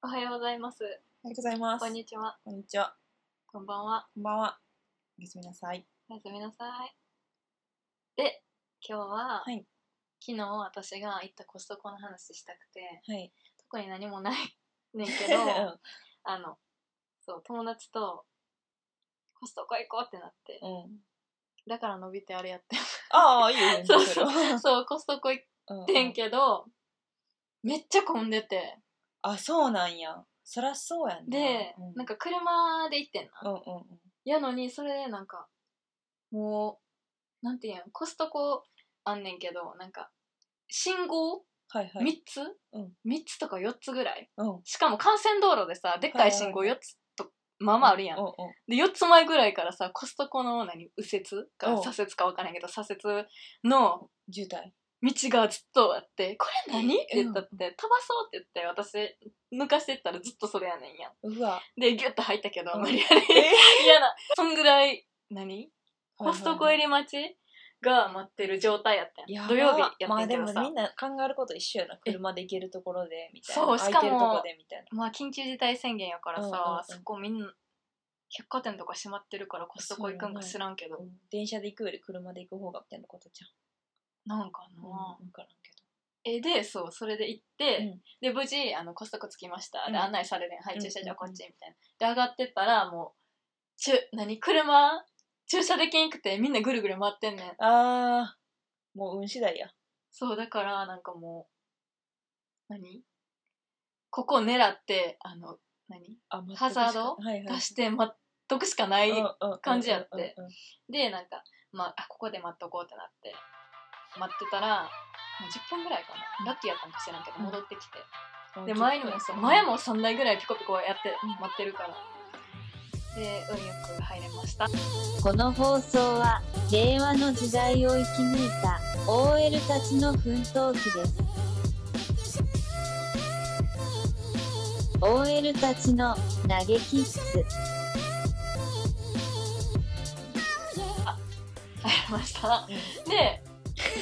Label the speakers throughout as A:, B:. A: おはようございます。
B: おはようございます。
A: こんにちは。
B: こんにちは。
A: こんばんは。
B: こんばんは。おやすみなさい。
A: おやすみなさい。で、今日は、
B: はい
A: 昨日私が行ったコストコの話したくて、
B: はい。
A: 特に何もないねんけ
B: け
A: ど
B: ど、、
A: あの、そう、友達と、コストコ行こうってなって、
B: うん。
A: だから伸びてあれやって。
B: ああ、いいよ、ね、
A: そう
B: それは
A: そう、コストコ行っ
B: うんうん
A: てんけど、めっちゃ混んでて。
B: あ、そうなんや。そらそうやんな
A: で、
B: うん、
A: なんか車で行ってんな。
B: うんうん
A: やのにそれでなんかもうなんていうんコストコあんねんけどなんか信号
B: はいは
A: 3
B: い。
A: つ、
B: うん
A: 3つとか4つぐらい
B: うん。
A: しかも幹線道路でさでっかい信号4つとまあまああるやん、
B: うん
A: で4つ前ぐらいからさコストコの何右折か
B: うん
A: 左折か分からんけど左折の
B: うん。渋滞。
A: 道がずっとあって「これ何?」って言ったって
B: う
A: 「飛ばそう」って言って私抜かしてったらずっとそれやねんやん
B: うわ。
A: でギュッと入ったけど
B: うん
A: 無理やり 嫌なそんぐらい何コストコ入
B: り。
A: り待ちが待ってる状態やったん
B: やば
A: 土曜日や
B: ま
A: って
B: あ
A: んけ
B: で
A: ど
B: も
A: さ、
B: みんな考えること一緒やな車で行けるところでみたいな
A: そうしかも
B: 空いてるとこでみたい
A: まあ緊急事態宣言やからさ、
B: うんうんうん
A: そこみんな百貨店とか閉まってるからコストコ行くんか知らんけど、
B: な、うん電車で行くより車で行く方がみたいなことじ
A: なんか
B: ゃん、うん、
A: な、
B: 分からんけ
A: えでそうそれで行って、
B: うん
A: で無事あのコストコ着きました、
B: うん
A: で案内されるんはい
B: うん
A: 駐車場こっちみたいな、で上がってったらもうちゅ何車駐車できんくてみんなぐるぐる回ってんねん
B: どああもう運次第や
A: そうだからなんかもう何ここ狙ってあの何
B: あ全く
A: ハザード
B: しかはいはい
A: 出して待っとくしかない、感
B: 感
A: じやってでなんか、まあ、あここで待っとこうってなって待ってたらもう10分ぐらいかなラッキーやったんか知らんけど
B: うん
A: 戻ってきて、で前にもそう前も3台ぐらいピコピコやって
B: うん
A: 待ってるからで運よく入れました
C: この放送は令和の時代を生き抜いた OL たちの奮闘記です OL たちの嘆き室
A: 入れましたで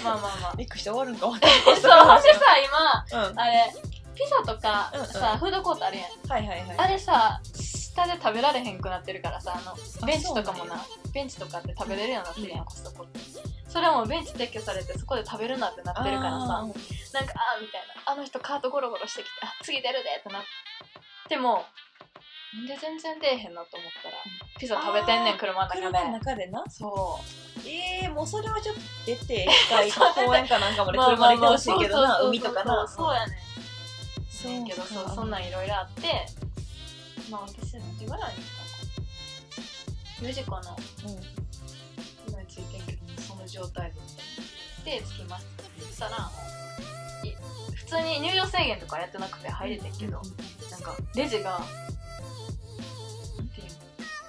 A: まあま あまあ
B: びっくりして終わるんか思っ
A: そうでさ今
B: たうん
A: あれピザとか
B: うんうん
A: さ、フードコートあるやん
B: はいはいはい
A: あれさ下で食べられへんくなってるからさあの
B: あ
A: ベンチとかも
B: そうなん
A: なベンチとかって食べれるようになってるやん、
B: うん
A: コストコってそれもベンチ撤去されてそこで食べるなってなってるからさなんかあー
B: あー
A: みたいなあの人カートゴロゴロしてきてあ次出るでってなってもなんで全然出えへんなと思ったらピザ食べてんねん
B: あー
A: 車の中で
B: 車の中でな
A: そう
B: ええもうそれはちょっと出て 一回公園かなんかまで
A: まあま
B: 車
A: あ
B: で行って
A: ま
B: ほ
A: あ
B: しいけど
A: そうそうそう
B: な
A: そう
B: 海とかな
A: そうやねん
B: そう
A: ねんけどそうそんなんいろいろあってまあ私何時ぐらいに行ったのか4時かな
B: う
A: 今についてんけどその状態でで着きますって言ったらい普通に入場制限とかやってなくて入れてんけど、なんかレジがなんていうの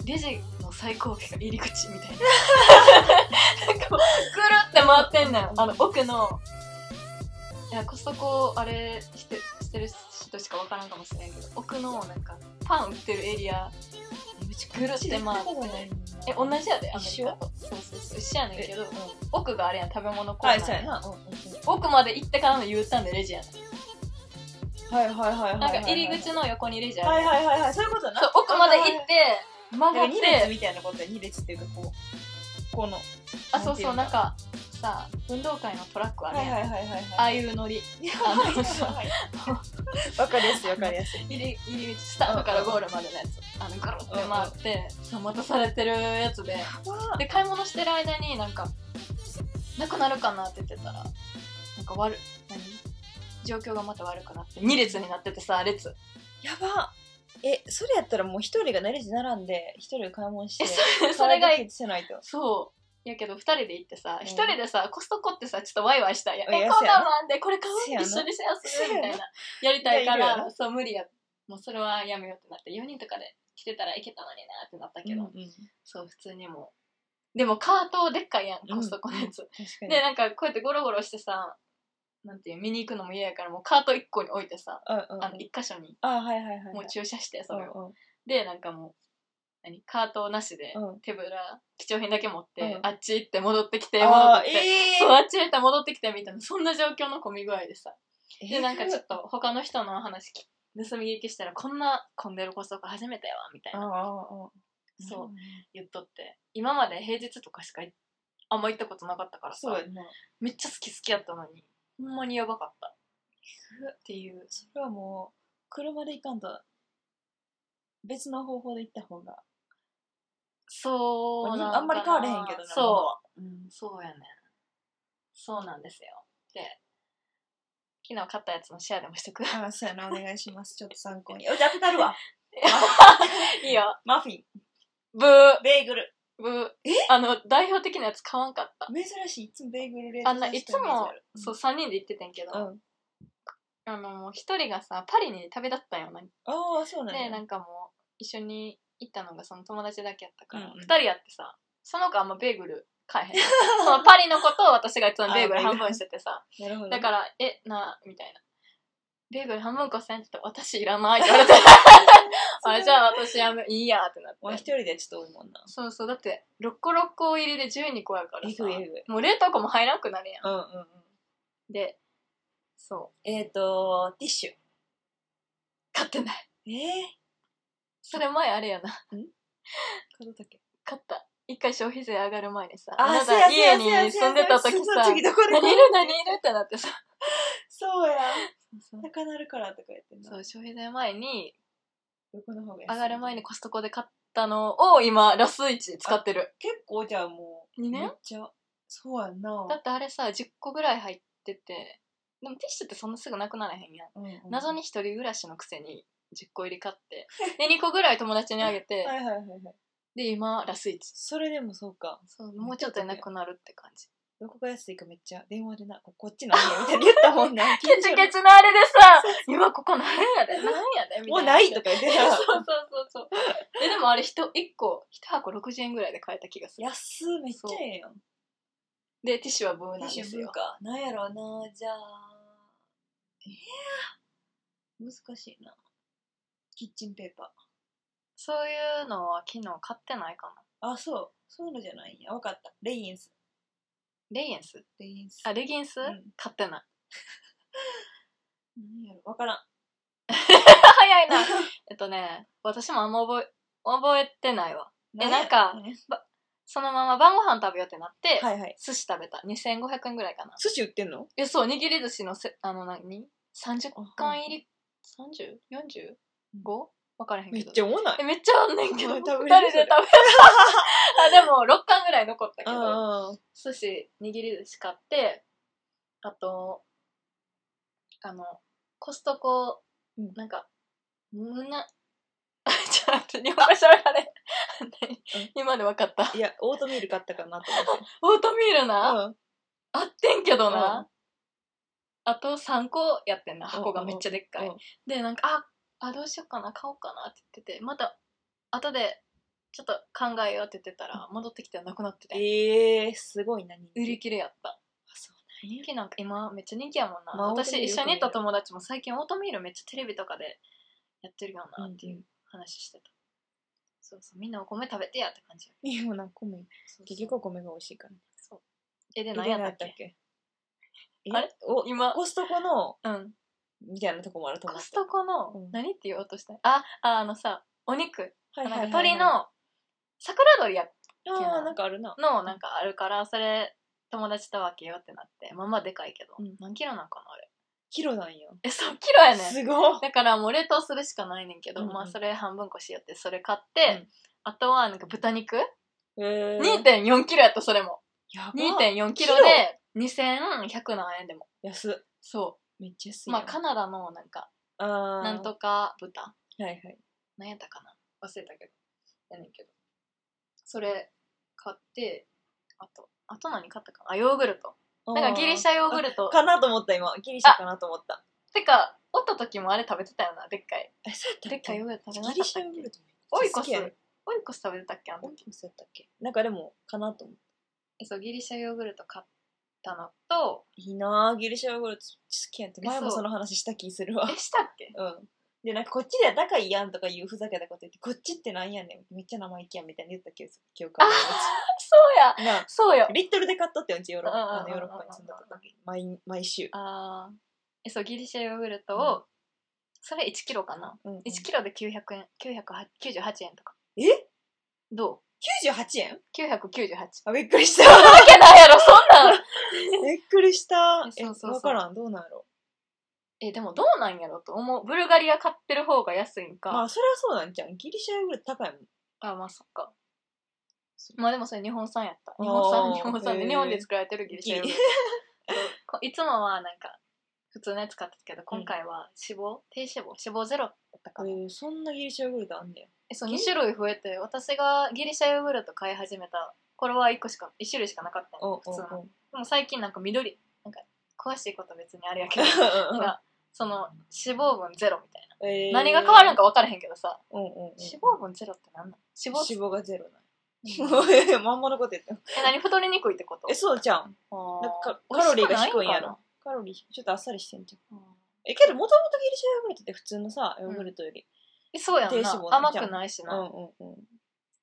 A: レジの最後尾が入り口みたいななんかもうぐるって回ってんのよあの奥のいやコストコあれしてしてる人しか分からんかもしれんけど奥のなんかパン売ってるエリア
B: うち
A: ぐるって回ってえ同じやでアメリカとそうそうそう一緒やねん
B: え
A: け
B: うん
A: ど奥があれやん食べ物コーナ
B: はい
A: ー
B: そ
A: や
B: うや
A: ん、
B: なうんうんうん
A: 奥まで行ってからの U ターンでレジやねん
B: はいはいはいはい
A: なん
B: はい
A: か入り口の横にレジある
B: は
A: や
B: い
A: ん、
B: はいはいはいそういうことな
A: そう奥まで行って曲
B: な
A: がっ
B: んか二列
A: て
B: みたいなことや二列っていうかこうこの
A: あそうそうな
B: な
A: んん
B: てい
A: かさ運動会のトラックある
B: は
A: や
B: い
A: ん、
B: はいはいはいはい
A: ああいうノリあの
B: わかりやすいわかりやすい。
A: 入り入り口スタートからゴールまでのやつあのぐるって回ってそう待たされてるやつでで買い物してる間になんかなくなるかなって言ってたらなんか悪何状況がまた悪くなって2列になっててさ列
B: やばえ、それやったらもう一人が慣れて並んで、一人が買い物して、
A: えそれそれが
B: 買い物してないと。
A: そうやけど2人で行ってさ
B: う
A: 1
B: ん
A: 人でさコストコってさちょっとワイワイしたいやんえ
B: いやせや
A: こ
B: なん
A: なんなんでこれ買う
B: せやな
A: 一緒にシェアす
B: せ
A: る
B: や
A: み
B: な
A: たいなやりたいか
B: いやいる
A: ら
B: よな
A: そう無理やもうそれはやめようってなって4人とかで来てたらいけたのになってなったけど、
B: うんうん
A: そう普通にもうでもカートでっかいやんコストコのやつ、
B: 確かに。
A: でなんかこうやってゴロゴロしてさなんていう見に行くのも嫌やからもうカート1個に置いてさ
B: うんうんうん
A: あの1箇所に
B: あ、はいはいはいはい。
A: もう駐車してそ
B: うんう
A: れを
B: ん
A: でなんかもう何カートなしで
B: うん
A: 手ぶら貴重品だけ持って、
B: うん
A: あっち行って戻ってきて戻
B: あ
A: っ
B: ー
A: てきて、
B: え
A: そうあっち行って戻ってきてみたいなそんな状況の混み具合でさ
B: ー
A: でなんかちょ
B: っ
A: っと他の人の話き盗み聞きしたらこんな混んでるコストコ初めてやわみたい
B: あ
A: な
B: あ
A: そう、言っとって今まで平日とかしかいあんま行ったことなかったからさ
B: そうやね
A: めっちゃ好き好きやったのにほんまにやばかったっていう
B: それはもう車で行かんと別の方法で行った方が、
A: そうなんかな
B: あんまり変われへんけどな
A: そ
B: うん
A: う、そうやねんそうなんですよで昨日買ったやつのシェアでもし とく
B: あそうやなお願いしますちょっと参考 におじゃあ当てたるわ
A: いいよ
B: マフィン
A: ブー
B: ベーグル
A: ブーあの代表的なやつ買わんかった
B: 珍しいいつもベーグルレー
A: あんないつもそうう3人で行ってたんやけど、
B: ん、うん、
A: あのもう1人がさパリに旅立ったんよな
B: ああそうなん
A: で
B: や
A: なんかもう一緒に行ったのがその友達だけやったから、
B: うんうん
A: 二2人やってさその子あんまベーグル買 えへんそのパリのことを私がいつもベーグル
B: あベーグ
A: 半
B: ル
A: 分しててさ
B: なるほど
A: だ
B: ね
A: から「えな」みたいな「ベーグル半分こせん」って言って私いらない」って 言われてあれじゃあ私やめいいやってな
B: まあ
A: っ
B: 一
A: て
B: 人でちょっと多いもんな
A: そうそうだって6個6個入りで12個やから
B: え
A: さ
B: ぐいえぐい
A: もう冷凍庫も入らなくなるやん
B: うんうんうん
A: でそう
B: えっ、ー、とティッシュ
A: 買ってない
B: ええー、
A: それ前あれやな
B: 片だけ
A: 買った一回消費税上がる前にさ
B: あ
A: な
B: そうや
A: た
B: そうや
A: 家
B: そ
A: に
B: うや
A: 住んでた時
B: その
A: さ
B: 時どこで
A: 何いる何いるってなってさ
B: そうや
A: そう
B: 高なるからとか言ってんな
A: 消費税前に
B: どこの方が安い
A: 上がる前にコストコで買ったのを今ラス1使ってる
B: 結構じゃあもう
A: 二年
B: めっちゃそうやんな
A: だってあれさ10個ぐらい入っててでもティッシュってそんなすぐなくならへんやん
B: うんうん
A: 謎に一人暮らしのくせに10個入り買 ってで2個ぐらい友達にあげて
B: はいはいはいはい
A: で今ラス1
B: それでもそうか
A: そうもうちょっとでなくなるって感じ
B: どこが安いかめっちゃ電話でなここっちなんやみたいに言ったもんな
A: ケチケチのあれでさ今ここなんやでなんやでみたいな
B: もうないとか言って
A: そうそ
B: た
A: うそうそうえでもあれ1個1箱60円ぐらいで買えた気がする
B: 安っめっちゃええやん
A: でティッシュはブーなん
B: ティ
A: で
B: ッシ
A: す
B: ュ
A: よ
B: かなんやろうなじゃあええ難しいなキッチンペーパ
A: そういうのは昨日買ってないかな
B: ーあそうそういうのじゃないんやわかったレインス
A: レギンス
B: レインス
A: あレギンス、
B: うん
A: 買って ない
B: なんやろわからん
A: 早いなえっとね私もあんま覚え覚えてないわえなんか
B: やろね
A: そのまま晩ご飯食べようってなって、
B: はいはい
A: 寿司食べた2500円ぐらいかな
B: 寿司売ってんの
A: えそう握り寿司のせあの何30
B: はい
A: 巻入り 30?45? 分からへん
B: め
A: け
B: っ
A: ど
B: ちゃおもんない
A: えめっちゃあんねんけど2
B: お前
A: 人
B: 食
A: で
B: べ
A: 食
B: れ
A: べ
B: るそ れ
A: たあでも6巻ぐらい残ったけど
B: ああ
A: 寿司握り寿司買ってあとあのコストコ、
B: うん
A: なんかむなちょっと待って日本語しゃべられん何今で分かった
B: いやオートミール買ったかなと思って
A: オートミールな、
B: うん
A: 合ってんけどな、
B: うん
A: あと3個やってんな箱がめっちゃでっかい、
B: うんうん
A: でなんかああどうしようかな買おうかなって言っててまた後でちょっと考えようって言ってたら戻ってきてなくなってて、
B: ええすごいな人気
A: 売り切れやった
B: そう
A: 人気なんか今めっちゃ人気やもんな、
B: まあ
A: 私
B: オートミール
A: 一緒に行っ
B: よ
A: た
B: く見
A: 友達も最近オートミールめっちゃテレビとかでやってるよなっていう話してた、そうそうみんなお米食べてやって感じ
B: いやもうな米
A: そうそう
B: 結局お米が美味しいからね
A: そうえで何やったっけ
B: け
A: あれ
B: お
A: 今
B: コストコの
A: うん
B: みたいなとこもあると思
A: コ
B: う
A: ストコの、
B: うん
A: 何って言おうとしたあああのさお肉な
B: は
A: ん
B: い
A: か
B: はいはいはい
A: 鶏の桜鶏や
B: ああなんかあるな
A: のなんかあるからそれ友達と分けようってなってまあまあでかいけど、
B: うん
A: 何キロなんかなあれ
B: キロなんや
A: えそうキロやねん
B: す ごい
A: だからもう冷凍するしかないねんけど、
B: うんうん
A: まあそれ半分こしようってそれ買って、
B: うん
A: あとはなんか豚肉、
B: え
A: 2 4キロやったそれも
B: やば
A: 2 4キロ
B: キロ
A: で2100何円でも
B: 安っ
A: そ
B: めっちゃ安
A: う
B: いや
A: ま
B: ん
A: あカナダのなんか
B: あー
A: なんとか豚
B: はいはい
A: 何やったかな忘れたけどやねんけどそれ買ってあとあと何買ったかなあヨーグルトなんかギリシ
B: ャ
A: ャヨーグルト
B: かなと思った今ギリシャかなと思った
A: てかおった時もあれ食べてたよなでっかい
B: えそうやったっ
A: でっかい
B: け
A: ヨーグルト食べなか
B: ギリ
A: っ
B: シ
A: た
B: ャ
A: っ
B: ヨーグ
A: け
B: ルトめっ
A: オ
B: ち
A: イ
B: ゃ好
A: コス
B: きやね
A: オイコス食べてたっけあの
B: オイコスやったっけなんかでもかなと思った
A: えそうギリシャヨーグルト買ったのと
B: いいなぁギリシャヨーグルト好きやんって前
A: え
B: も
A: そう
B: その話した気するわ
A: えしたっけ
B: うんでなんかこっちでは高いやんとかいうふざけたこと言ってこっちってなんやねんめっちゃ生意気やんみたいに言った記憶記憶ある
A: あ そうや
B: うちなあ
A: そうや
B: リットルで買っとってうちヨーロッ
A: うんうんうんうん
B: パあのヨーロッパに住んだ時毎毎週
A: あーえそうギリシャヨーグルトをそれ1キロかな、
B: うんうん、
A: 1キロで900円998円とか
B: え
A: ど
B: ?98 円
A: う998
B: あ、びっくりし た。
A: わけないやろそんなん
B: びっくりした。
A: えそうそうそう
B: えわからん。どうなんやろ。
A: えでもどうなんやろと思うブルガリア買ってる方が安いんか
B: まあ、それはそうなんじゃん。ギリシャヨーグルト高いもん。
A: あまあそっか
B: そ
A: まあでもそれ日本産やった
B: あー
A: 日本産日本産
B: へ
A: で
B: ー
A: 日本で作られてるギリシャヨーグルト こいつもはなんか普通のやつ買ってたけど今回は脂肪、低脂肪脂肪ゼロやったから、
B: えー、そんなギリシャヨーグルトあんね
A: えそう
B: ギ
A: 2
B: リ
A: 種類増えて私がギリシャヨーグルト買い始めた頃は1個しか1種類しかなかったん
B: や。
A: よ普通の でも最近なんか緑なんか詳しいこと別にあれやけどなんかその脂肪分ゼロみたいな、
B: えー
A: 何が変わるんか分からへんけどさ
B: うんうんうん。
A: 脂肪分ゼロって何なの脂肪
B: 脂肪がゼロな
A: うん
B: い。まんまのこと言ってる
A: え何太りにくいってこと
B: え、そうじゃん。なん
A: あ
B: か
A: ー
B: カロリーが低い
A: 美味しく
B: んや
A: ないん
B: ろ
A: か。
B: カロリー、ちょっとあっさりしてんじゃん。
A: なうん
B: え、けど、もともとギリシャヨーグルトって普通のさ、ヨーグルトより。
A: えそうやん
B: 低
A: な
B: 脂肪なん
A: 甘
B: じゃん
A: くないし
B: うん
A: な、
B: うんうん。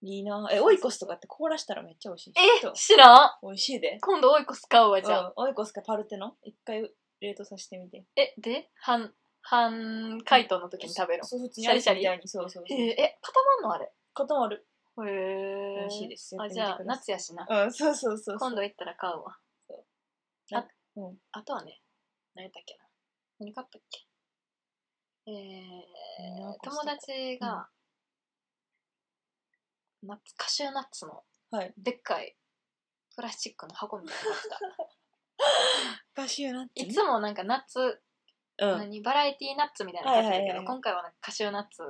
B: いいなえ、オイコスとかって凍らしたらめっちゃ美味しい。
A: え
B: そう
A: 知らん
B: 美味しいで。
A: 今度オイコス買うわじゃあ、
B: うんオイコスかパルテノ一回冷凍させてみて。
A: えで半半解凍の時に食べるの
B: そう、普通に
A: シャリシャリ
B: アイスみたいに。そうそう
A: え
B: そう。
A: え固まんのあれ
B: 固まる。
A: へえ
B: 美味しいです。
A: あじ
B: や
A: ゃ
B: っ
A: あ
B: てみてくださ
A: 夏やしない
B: うん、そうそうそうそう。
A: 今度行ったら買うわ
B: な
A: あ,、
B: うん
A: あとはね何やったっけな何買ったっけえ
B: な
A: ー
B: ん、か
A: 友達が、ナッツカシューナッツの
B: はい
A: でっかいプラスチックの箱みたいなのが来た
B: カシューナッツね。
A: いつもなんかナッツ、
B: うん。
A: 何バラエティーナッツみたいなの買ってたけど、
B: はいはいはいはい
A: 今回はなんかカシューナッツ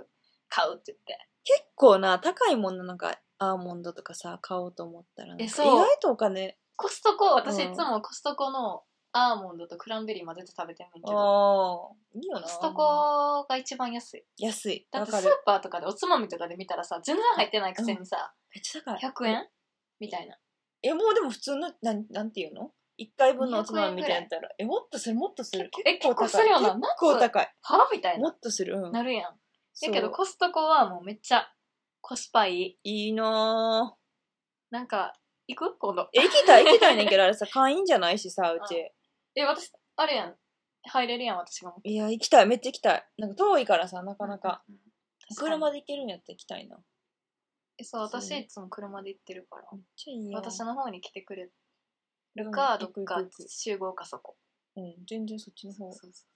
A: 買うって言って
B: 結構な、高いものなんか、アーモンドとかさ、買おうと思ったらなんか。
A: えそう
B: 意外とお金。
A: コストコ私
B: うん
A: いつもコストコのアーモンドとクランベリー混ぜて食べてんねんけど、
B: ああ。いいよな。
A: コストコが一番安い
B: 安い。
A: だっ
B: わ
A: てス
B: か
A: ー
B: る。
A: パーとかでおつまみとかで見たらさ全然入ってないくせにさ、
B: めっちゃ高
A: 100
B: い。
A: 円みたいな
B: え、もうでも普通の、なん、なんていうの一回分のおつまみみたいなやったら、え、もっとする、もっとする。
A: え
B: 結構高い。
A: 結構するよな
B: 結構高い。
A: はみたいな
B: もっとする。うん。
A: なるやん
B: そ
A: だ
B: う
A: けどコストコはもうめっちゃコスパいい
B: いい なぁ。
A: なんか行く今度
B: え、行きたい、行きたいねんけど、あれさ、会員じゃないしさ、うち。
A: え私あれやん入れるやん私も
B: いや、行きたい、めっちゃ行きたい。なんか遠いからさ、なかなか。
A: うん
B: 車で行けるんやったら行きたいな。
A: えそう私
B: そう
A: いつも車で行ってるから
B: めっちゃいいやん。
A: 私の方に来てくれ
B: ル
A: るかどっか集合かそこ
B: うん、全然そっちの方
A: そうそう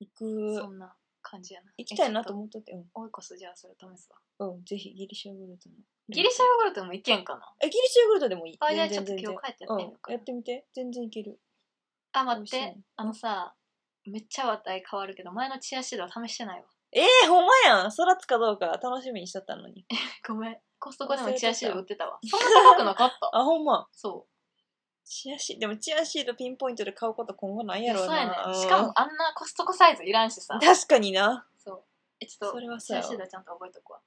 B: 行
A: そう
B: く
A: そ。んな感じやな
B: 行きたいなと
A: う
B: 思っとって、う
A: オイコスじゃあそれ試すわ
B: ん、うん、ぜひギリシャヨーグルトの。
A: ギリシャヨーグルトもいけんかな
B: え、ギリシャヨーグルトでもいい。
A: あじゃあちょ
B: 全
A: っと
B: 然
A: 今日帰ってやってみよう
B: うん、
A: か
B: や
A: な
B: ってみて。全然いける。
A: あ待
B: 美味
A: っ
B: しい
A: てあのさめっちゃ話題変わるけど前のチアシードは試してないわ
B: えー、ほんまやん。空つかどうか楽しみにしとったのに。
A: ごめんコストコでもチアシード売ってたわそんな高くなかった
B: あ、ほんま。
A: そ
B: チアシード、でもチアシードピンポイントで買うこと今後ないうやろ
A: そうやね
B: な。ん
A: しかも、あんなコストコサイズいらんしさ
B: 確かにな。
A: そうえちょっ
B: そ
A: と
B: れは
A: チ
B: そう
A: ア
B: や
A: シー
B: わ。
A: ドちゃんと覚えとくわ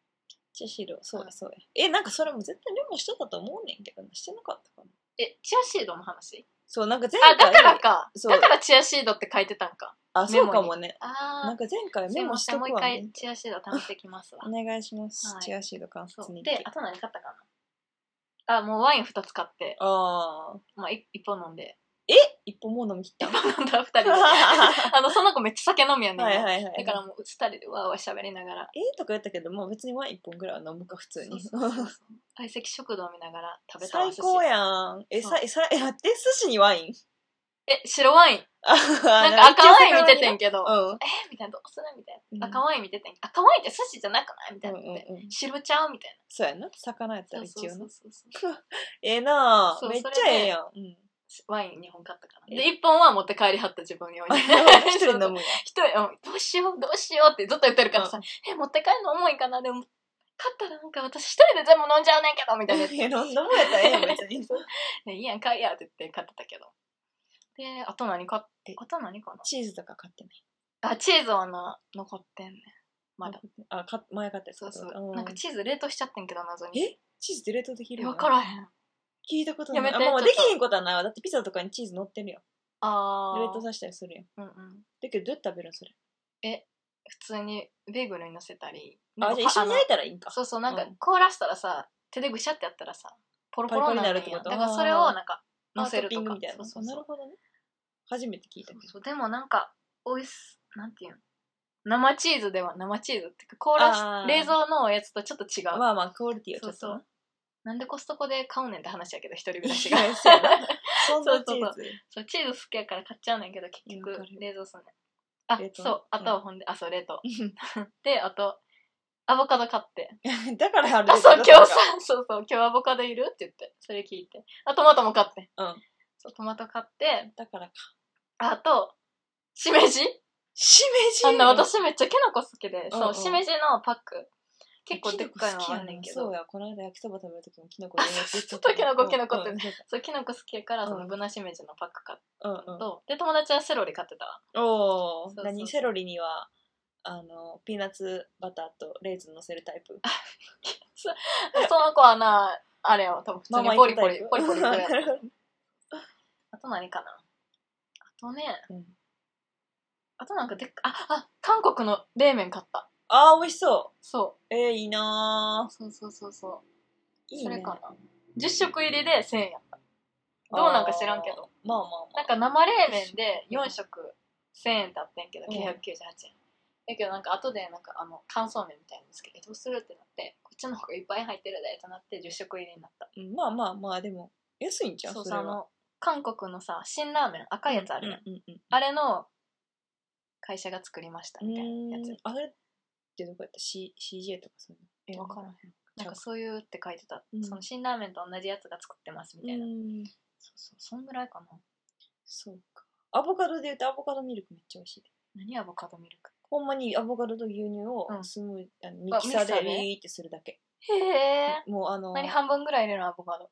B: チアシード、そうや、そうや。え、なんかそれも絶対メモしとったと思うねんけどな。してなかったかな。
A: えチアシードの話
B: そう、なんか前
A: あ
B: 回。
A: だからか
B: そう
A: だからチアシードって書いてたんか
B: あ、そうかもね。な
A: あ
B: んか前回
A: あす
B: メ
A: い
B: モ
A: ま
B: し
A: せ
B: と
A: ん
B: く
A: もう一
B: わ、ね
A: 回。チアシード試してきますわ
B: お願いします。
A: はい
B: チアシード観
A: そ
B: 察
A: う
B: に。
A: であと何買ったかなあもうワイン2つ買って、
B: あー。
A: まあ、い一本飲ん で
B: 一本もう飲み切った。は
A: 飲んだ2人であのその子めっちゃ酒飲みやねん、
B: いはいはい。
A: だからもう二人でわーわー喋りながら
B: えーとか言ったけど、まあ別にワイン一本ぐらいは飲むか、普通に。
A: そうそうそうそう相席食堂見ながら食べたわ
B: 最高
A: 寿
B: やん。え、
A: そう
B: さ、え、さ、え、待って、寿司にワイン
A: 司え白ワイン
B: な
A: なんか赤ワイン見ててん
B: け
A: けど、
B: ど。
A: えみたいなどうするみたい
B: うん
A: な、赤ワイン見ててん赤ワインって寿司じゃなくないみた
B: う
A: い
B: ん。
A: な
B: う
A: んっ
B: うん
A: て、
B: うん。
A: 白ちゃうみたい
B: そうやんな。魚やった
A: な
B: ら一応な。
A: そうそう
B: ええな
A: そ
B: ぁ。
A: う
B: めっちゃ
A: それで
B: ええやん。 うん。
A: ワイン2本買ったかなで1本は持って帰りはった自分用に
B: 一人 飲むやん。
A: 一人うんどうしようどうしようってずっと言ってるからさ、え持って帰るの重いかなでも買ったらなんか私一人で全部飲んじゃうねんけどみたいなやつ
B: え、飲んだもんやったらええやん、別に。
A: ね、いいやん、買いやって言って買ってたけど。で、あと何買っ
B: え
A: て、あと何かな
B: チーズとか買ってない。
A: あ、チーズはな、残ってんねん。まだ。。
B: あ、か前買ったやつ
A: そうそう。
B: ん
A: なんかチーズ冷凍しちゃってんけど、謎に。
B: えチーズって冷凍できる
A: え、
B: の
A: わからへん。
B: 聞いたことな
A: や
B: い。
A: めて
B: あまあまあ、
A: ちょ
B: で
A: っと
B: きへんことはないわ。だってピザとかにチーズ乗ってるよ。
A: あー。
B: 冷凍させたりするやん。
A: うんうん。
B: だけど、どうやって食べるのそれ。
A: 普通にベーグルに乗せたり。
B: あ、じゃあ一緒に焼い
A: た
B: たらいいんか。
A: そうそう、なんか
B: うん
A: 凍らしたらさ、手でぐしゃってやったらさ、ポロポロになる
B: パリパリになる
A: って
B: っ
A: てこと
B: こ
A: とだからそれをなんか、乗せる
B: あトッピ
A: と
B: ング
A: か
B: みたい。な。
A: そうそう
B: な
A: そ
B: る
A: う。
B: ほどね。初めて聞いたけど。
A: そうでもなんか、おいし、なんていうの生チーズでは生チーズっていうか凍らし
B: あー
A: 冷蔵のやつとちょっと違う、
B: まあまあ、クオリティはちょっと
A: そう
B: な
A: そ。なんでコストコで買うねんって話やけど一人 暮らし
B: 違
A: が
B: うそうやな。そん
A: そ
B: なチ
A: うそ
B: ー
A: う
B: ズ。
A: そうチーズ好きやから買っちゃうねんけど結
B: わ
A: 局
B: かる
A: 冷蔵すんねんあ
B: 冷凍
A: そうあと
B: う
A: はほんであそう冷凍であとアボカド買って
B: だからあ
A: あ、
B: れ
A: そう、今日さ、そうそう、今日アボカドいるって言って、それ聞いて。あ、トマトも買って。
B: うん
A: そう、トマト買って、
B: だからか。
A: あと、しめじ
B: しめじ
A: あんな、私めっちゃキノコ好きで、
B: うんう
A: そ
B: ん
A: う、しめじのパック。結構でっかいの
B: キノコ好きや
A: あ
B: なん
A: ねんけ
B: そう
A: ど。
B: や、この間焼きそば食べるときもキノコでや って
A: ずっとキノコキノコって
B: うん
A: そう、キノコ好きやから、そ
B: うん
A: のブナしめじのパック買っ
B: うん
A: たの
B: うん。
A: と、で、友達はセロリ買ってたわ。
B: お
A: そう
B: お
A: そう
B: 何セロリには、あの、ピーナッツバターとレーズン乗せるタイプ。
A: その子はな、あれよ、多分普通
B: ママ
A: に
B: 行
A: ポ
B: く
A: リ
B: タ
A: ポ
B: イ
A: リ
B: プ、
A: ポリポリ食う やつ
B: なるほど
A: あと何かなあとね、
B: うん
A: あとなんかでっか、あ、あ、韓国の冷麺買った。
B: あー、美味しそ。
A: そう
B: えー、いいな
A: う。そうそうそうそう。
B: ー。いい
A: そ
B: ね。
A: れかな10食入りで1000円やったどうなんか知らんけど
B: あー。まあまあま
A: なんか生冷麺で4食1000円だってんけど
B: うん
A: 998円、だけどなんか後でなんかあの乾燥麺みたいなんですけどどうするってなってこっちの方がいっぱい入ってるでってなって10食入りになった
B: あ。うんまあまあまあ、でも、安いんちゃう
A: そう
B: そ
A: さ
B: れ
A: あ
B: は。
A: の韓国のさ辛ラーメン赤いやつあるやん、
B: うんうんうん。
A: あれの会社が作りました
B: う
A: みたいなや
B: ーん
A: つ
B: あれってどこやった C ?CJ とかそういうの。
A: わからへん
B: ちゃう
A: なんかそういうって書いてた、
B: うん
A: その辛ラーメンと同じやつが作ってますみたいな、
B: うん。
A: そうそうそんぐらいかな
B: そうか。アボカドで言うとアボカドミルクめっちゃ美味しいで。
A: 何アボカドミルク
B: ほんまにアボカドと牛乳を
A: うん
B: スムー、あのミ
A: あ
B: キサーで
A: ミキサーで
B: ビーってするだけ。
A: へえ
B: もうあの、
A: 何半分ぐらい入れるのアボカド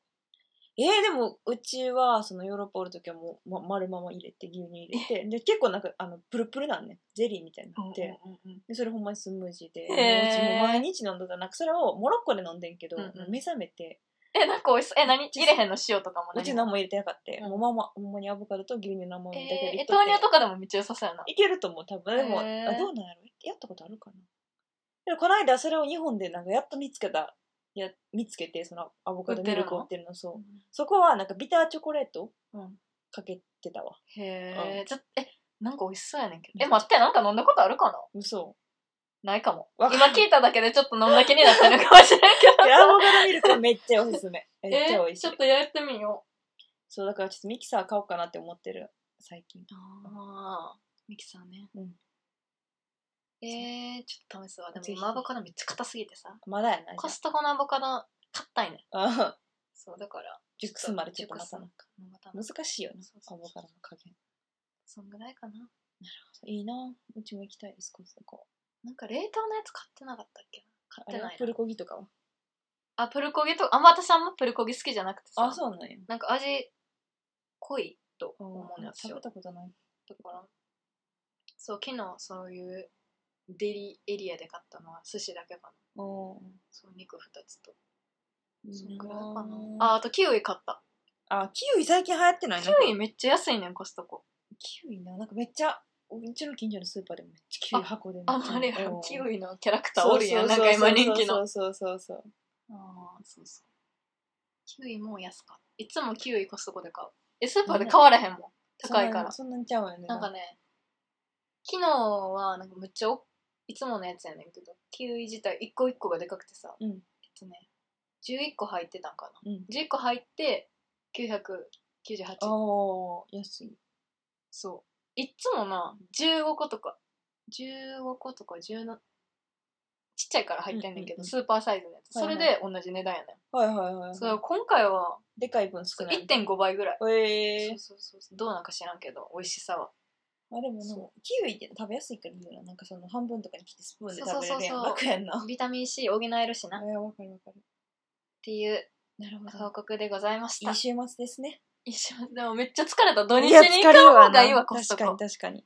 B: えー、でもうちはそのヨーロッパおるときはもう、ま、丸まま入れて牛乳入れて、で結構なんかあのプルプルなんね。ゼリーみたいになって。でそれほんまにスムージーで、もううち
A: へー
B: もう毎日飲んだらなんかそれをモロッコで飲んでんけど、
A: うんうん
B: 目覚めて
A: えなんかおいしそうえ何入れへんの塩とかも
B: うち
A: の
B: 何も入れてなかった、
A: うん
B: もうままほんまにアボカドと牛乳生もだけ入
A: え
B: れ
A: ーえ
B: とって
A: 豆乳とかでもめっちゃ良さそうやない
B: けると思う多分でも、
A: へー
B: あどうなんやろやったことあるかなでもこの間それを日本でなんかやっと見つけたや見つけてそのアボカドミルクを
A: 売
B: 売っ
A: って
B: るのそうそこはなんかビターチョコレート
A: うん
B: かけてたわ
A: へえちょっとえなんか美味しそうやねんけ
B: うん
A: どえ待ってなんか飲んだことあるかな
B: 嘘
A: ないかも
B: わ
A: 今
B: かん
A: 聞いただけでちょっと飲んだ気になってるかもしれんけど
B: でアボカドミルクめっちゃおすすめめっちゃ美
A: え
B: 味し
A: ち
B: い
A: ょっとやってみよ
B: そうだからちょっとミキサー買おうかなって思ってる最近
A: うああミキサーね
B: うん
A: えー、ちょっと試すわでも
B: ぜひ
A: 今アボカドめっちゃ硬すぎてさ
B: まだやない
A: コストコのアボカド買ったんや
B: あ
A: そうだから
B: 熟すまでちょっとまたなんか
A: また
B: 難しいよな
A: そう
B: ア
A: そうそう
B: ボカドの加減
A: そんぐらいかない
B: いなうちも行きたいですコストコ
A: なんか冷凍のやつ買ってなかったっけ買
B: あ
A: って
B: れは
A: ない
B: プ
A: な
B: ルコギとかは
A: あプルコギとかあんま私あんまプルコギ好きじゃなくてさ
B: あそうなんや
A: なんか味濃いと思うのよ私
B: 食
A: は
B: べたことない
A: だからそう昨日そういうデリエリアで買ったのは寿司だけかな
B: お
A: そう肉2つと
B: い
A: そ
B: い
A: ん
B: な
A: ぐらいかな
B: あ
A: ああとキウイ買った
B: あキウイ最近流行ってない
A: キ
B: な
A: ウイめっちゃ安いねんコストコ
B: キウイななんかめっちゃうちの近所のスーパーでもめっちゃキウイ箱で
A: あんまりキウ
B: イ
A: イのキャラクターおるやんなんか今人気の
B: そうそうそうそう
A: ああそうそうキウイも安かったいつもキウイコストコで買うえスーパーで買われへんもん高いから
B: そんなんちゃうよね
A: なんかね昨日はなんかむっちゃおいつものやつやねんけどキウイ自体一個一個がでかくてさ、
B: うん
A: えっとね11個入ってたんかな、
B: うん
A: 11個入って998
B: おー安い
A: そういつもな15個とか15個とか17ちっちゃいから入ってんねんけど、
B: うんうんうん
A: スーパーサイズのやつ、
B: はいはい
A: それで同じ値段やねん、
B: はいはいはい
A: それ今回は
B: でかい分少ない
A: 1.5倍ぐらい、
B: ええ
A: そうそうそうそうどうなんか知らんけど美味しさは
B: あでもなんか
A: そ
B: キウイって食べやすいからいいよななんかその半分とかに切ってスプーンで
A: そ
B: 食
A: う
B: べ
A: そ
B: れ
A: うそうそう
B: るやん楽やんな
A: ビタミン C 補えるしなっ
B: いやわかるわかる
A: ていう
B: なるほ
A: 報告でございまし
B: い
A: た
B: い週末ですね
A: 一緒でもめっちゃ疲れた土日
B: い
A: に
B: や
A: 行った方がいいわ
B: 疲
A: コ
B: れ
A: ス
B: る
A: ト
B: わな
A: コ
B: 確かに確かに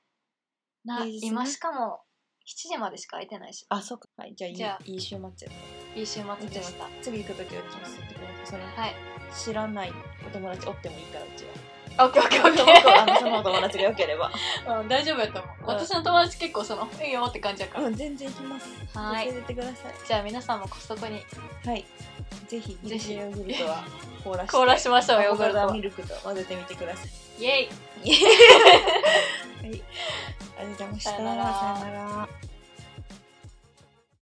A: ない
B: いですね
A: 今しかも7時までしか空いてないし
B: あそうかはいじゃあいい
A: じゃあ
B: いい週末や
A: いい週末でした
B: 次行く時は気をつけてくださいその
A: はい
B: 知らないお友達おってもいいからうちは
A: オッケーオッケーオ ッケ
B: 僕はあのそのお友達が良 ければ
A: ー、うん、大丈夫やと思う、
B: ん
A: 私の友達結構そのいいよって感じやから、
B: うん全然行きます
A: はい
B: 教えてくださ
A: じゃあ皆さんもコストコに
B: いはいぜひ
A: ぜ
B: ぜひ
A: ひ
B: ヨーグルト は凍らして
A: 凍らしましょう
B: ア
A: ヨ
B: ボ
A: ーグル
B: カ
A: ト
B: ド
A: を
B: ミルクと混ぜてみてください
A: イエイ
B: はい、ありがとうございました。
A: さよなら
B: さよなら。